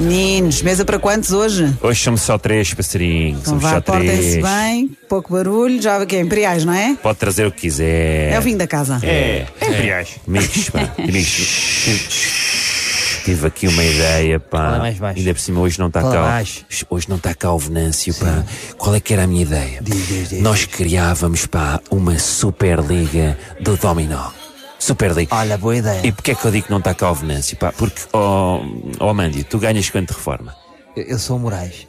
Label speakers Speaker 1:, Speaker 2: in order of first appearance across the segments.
Speaker 1: Meninos, mesa para quantos hoje?
Speaker 2: Hoje somos só três passarinhos.
Speaker 1: Então
Speaker 2: somos
Speaker 1: vá,
Speaker 2: só três.
Speaker 1: portem-se bem, pouco barulho, já que é imperiais, não é?
Speaker 2: Pode trazer o que quiser.
Speaker 1: É o fim da casa.
Speaker 2: É.
Speaker 3: Imperiais.
Speaker 2: Amigos, pá. Amigos. Tive aqui uma ideia, pá.
Speaker 3: Fala mais baixo.
Speaker 2: Ainda por cima, hoje não está
Speaker 3: Fala
Speaker 2: cá. o-
Speaker 3: baixo.
Speaker 2: Hoje não está cá o Venâncio, pá. Qual é que era a minha ideia? Nós criávamos, pá, uma Superliga do Dominó. Superliga.
Speaker 3: Olha, boa ideia.
Speaker 2: E porquê é que eu digo que não está cá o Venâncio, pá? Porque, ó oh, Mândio, tu ganhas quanto de reforma?
Speaker 3: Eu, eu sou o Moraes.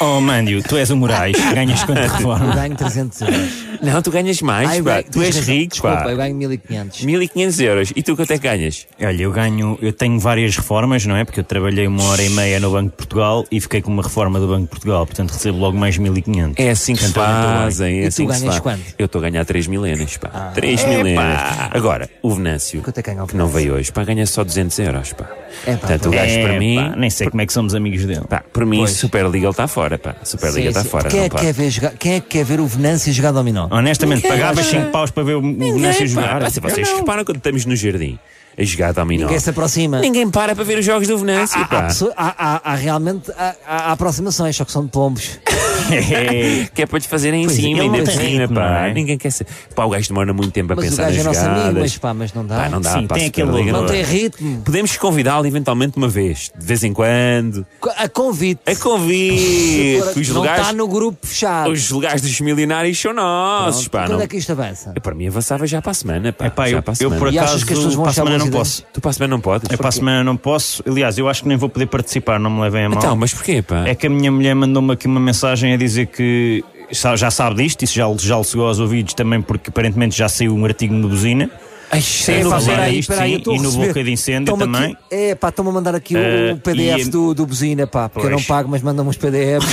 Speaker 4: Oh, Mândio, tu és o Moraes, ganhas quanto
Speaker 3: Eu
Speaker 4: reforma.
Speaker 3: ganho 300 euros.
Speaker 2: Não, tu ganhas mais,
Speaker 3: Ah, eu
Speaker 2: pá.
Speaker 3: ganho-
Speaker 2: Ah. Tu és
Speaker 3: tens razão.
Speaker 2: rico,
Speaker 3: Desculpa,
Speaker 2: pá.
Speaker 3: eu ganho 1500.
Speaker 2: 1500 euros. E tu quanto é que ganhas?
Speaker 4: Olha, eu ganho, eu tenho várias reformas, não é? Porque eu trabalhei uma hora e meia no Banco de Portugal e fiquei com uma reforma do Banco de Portugal, portanto recebo logo mais 1500.
Speaker 2: É assim que se
Speaker 4: Então, muito bem.
Speaker 2: fazem. É
Speaker 3: E tu
Speaker 2: assim que se
Speaker 3: ganhas
Speaker 2: faz.
Speaker 3: quanto? Ah.
Speaker 2: Eu estou a ganhar 3 milenas, pá. 3 milenas. Agora, o Venâncio,
Speaker 3: Quanto é que ganha o
Speaker 2: que não
Speaker 3: Venâncio?
Speaker 2: veio hoje, pá, ganha só 200 euros, pá.
Speaker 3: É, pá,
Speaker 2: Portanto, o
Speaker 3: pois.
Speaker 2: gajo para
Speaker 4: É,
Speaker 2: mim,
Speaker 4: pá, nem sei como é que somos amigos dele.
Speaker 2: pá, para mim,
Speaker 3: Pois.
Speaker 2: Superliga ele está fora, pá. Superliga está fora,
Speaker 3: Quem,
Speaker 2: não
Speaker 3: é que
Speaker 2: pá.
Speaker 3: quer ver jogar- quem é que quer ver o Venâncio jogar dominó?
Speaker 4: Honestamente, pagavas 5 paus para ver o
Speaker 3: né,
Speaker 4: Venâncio jogar.
Speaker 2: Pá, se vocês reparam quando estamos no jardim a jogar dominó.
Speaker 3: Quem é se aproxima?
Speaker 2: Ninguém para para ver os jogos do Venâncio,
Speaker 3: Há, há
Speaker 2: pá.
Speaker 3: pessoa- há- há- há realmente há, há- há aproximações, só que são de pombos.
Speaker 2: Que é para lhes fazerem em
Speaker 3: Pois é,
Speaker 2: cima,
Speaker 3: ele
Speaker 2: ainda
Speaker 3: não
Speaker 2: por
Speaker 3: tem
Speaker 2: cima,
Speaker 4: ritmo, não
Speaker 2: pá.
Speaker 4: é?
Speaker 2: Ninguém quer ser. Pá, o gajo demora muito tempo a
Speaker 3: Mas o
Speaker 2: pensar
Speaker 3: gajo é
Speaker 2: nas
Speaker 3: nosso amigo,
Speaker 2: jogadas.
Speaker 3: mas pá, mas não dá.
Speaker 2: Pá, não dá,
Speaker 4: Sim,
Speaker 2: pá,
Speaker 4: tem
Speaker 2: a
Speaker 4: aquele-
Speaker 2: Superliga é.
Speaker 3: Não
Speaker 2: dá.
Speaker 3: tem ritmo.
Speaker 2: Podemos convidá-lo eventualmente uma vez, de vez em quando.
Speaker 3: A convite.
Speaker 2: A convite. É
Speaker 3: Agora,
Speaker 2: os,
Speaker 3: não
Speaker 2: lugares,
Speaker 3: está no grupo fechado.
Speaker 2: os lugares dos milionários são nossos,
Speaker 3: Pronto.
Speaker 2: pá.
Speaker 3: Quando
Speaker 2: Não...
Speaker 3: é que isto avança?
Speaker 2: Para mim avançava já para a semana, pá.
Speaker 4: É pá,
Speaker 2: já
Speaker 4: eu,
Speaker 2: para a
Speaker 4: eu
Speaker 2: semana.
Speaker 4: por
Speaker 3: E achas
Speaker 4: acaso,
Speaker 3: que as pessoas vão
Speaker 4: para a
Speaker 3: achar
Speaker 4: semana
Speaker 3: boas
Speaker 4: não
Speaker 3: ideias?
Speaker 4: posso.
Speaker 2: Tu para a semana não podes?
Speaker 4: Eu para a semana não posso. Aliás, eu acho que nem vou poder participar, não me levem a mal.
Speaker 2: Então, mas porquê, pá?
Speaker 4: É que a minha mulher mandou-me aqui uma mensagem a dizer que sa- já sabe disto, isso já, já lhe chegou aos ouvidos também, porque aparentemente já saiu um artigo no Buzina.
Speaker 2: Ai, sei
Speaker 4: É
Speaker 2: lá,
Speaker 4: falar
Speaker 2: mano.
Speaker 4: espera aí, isto, sim, e no Boca de Incêndio
Speaker 3: Toma
Speaker 4: também.
Speaker 3: Aqui, é, pá, estão-me a mandar aqui o-
Speaker 4: Eh,
Speaker 3: o PDF
Speaker 4: e-
Speaker 3: do, do Buzina, pá, porque eu não
Speaker 4: Pois.
Speaker 3: pago, mas mandam-me os PDFs.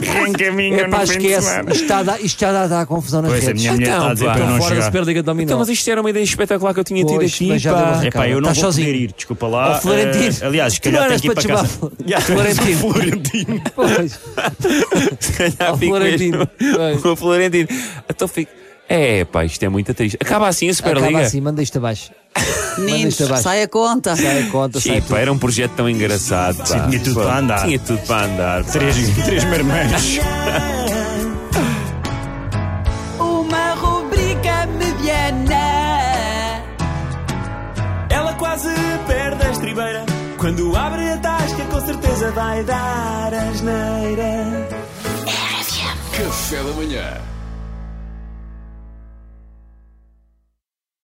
Speaker 4: um Reencaminho
Speaker 3: é, pá, esquece. Isto está a dar- isto já dá a dar confusão nas
Speaker 4: Pois, a
Speaker 3: redes.
Speaker 4: minha mulher
Speaker 2: Então,
Speaker 4: está a dizer
Speaker 2: pá.
Speaker 4: para eu não
Speaker 3: Fora da
Speaker 4: chegar.
Speaker 3: Superliga de Dominó.
Speaker 2: Então, mas isto era uma ideia espetacular que eu tinha tido
Speaker 3: Pois,
Speaker 2: aqui,
Speaker 3: mas já deu
Speaker 2: pá.
Speaker 3: barraca.
Speaker 4: É pá, eu não
Speaker 3: Estás
Speaker 4: vou
Speaker 3: tá sozinho.
Speaker 4: poder ir, desculpa lá.
Speaker 3: Ó, Florentino.
Speaker 4: Eh, aliás, se
Speaker 3: Tu
Speaker 4: calhar
Speaker 3: não
Speaker 4: tenho
Speaker 3: eras
Speaker 4: que ir
Speaker 3: para
Speaker 4: para casa.
Speaker 3: chamar
Speaker 4: Já,
Speaker 3: Florentino.
Speaker 4: Florentino.
Speaker 3: Pois.
Speaker 2: calhar
Speaker 3: Ó,
Speaker 2: fico
Speaker 3: Florentino.
Speaker 2: mesmo
Speaker 3: Pois.
Speaker 2: com o Florentino. Então fico. É, pá, isto é muito triste. Acaba assim a
Speaker 3: Acaba
Speaker 2: Superliga.
Speaker 3: assim, manda isto abaixo. Manda
Speaker 1: Meninos,
Speaker 3: isto abaixo.
Speaker 1: sai a conta.
Speaker 3: Sai a conta, sai
Speaker 2: Sim,
Speaker 3: tudo.
Speaker 2: pá, era um projeto tão engraçado. Pá.
Speaker 4: Tá Sim, tinha tudo
Speaker 2: Pá,
Speaker 4: para andar.
Speaker 2: Tinha tudo para andar. pá.
Speaker 4: Três, três mermãs.
Speaker 1: Uma rubrica mediana.
Speaker 5: Ela quase perde a estribeira. Quando abre a tasca, com certeza vai dar asneira.
Speaker 6: Café da manhã.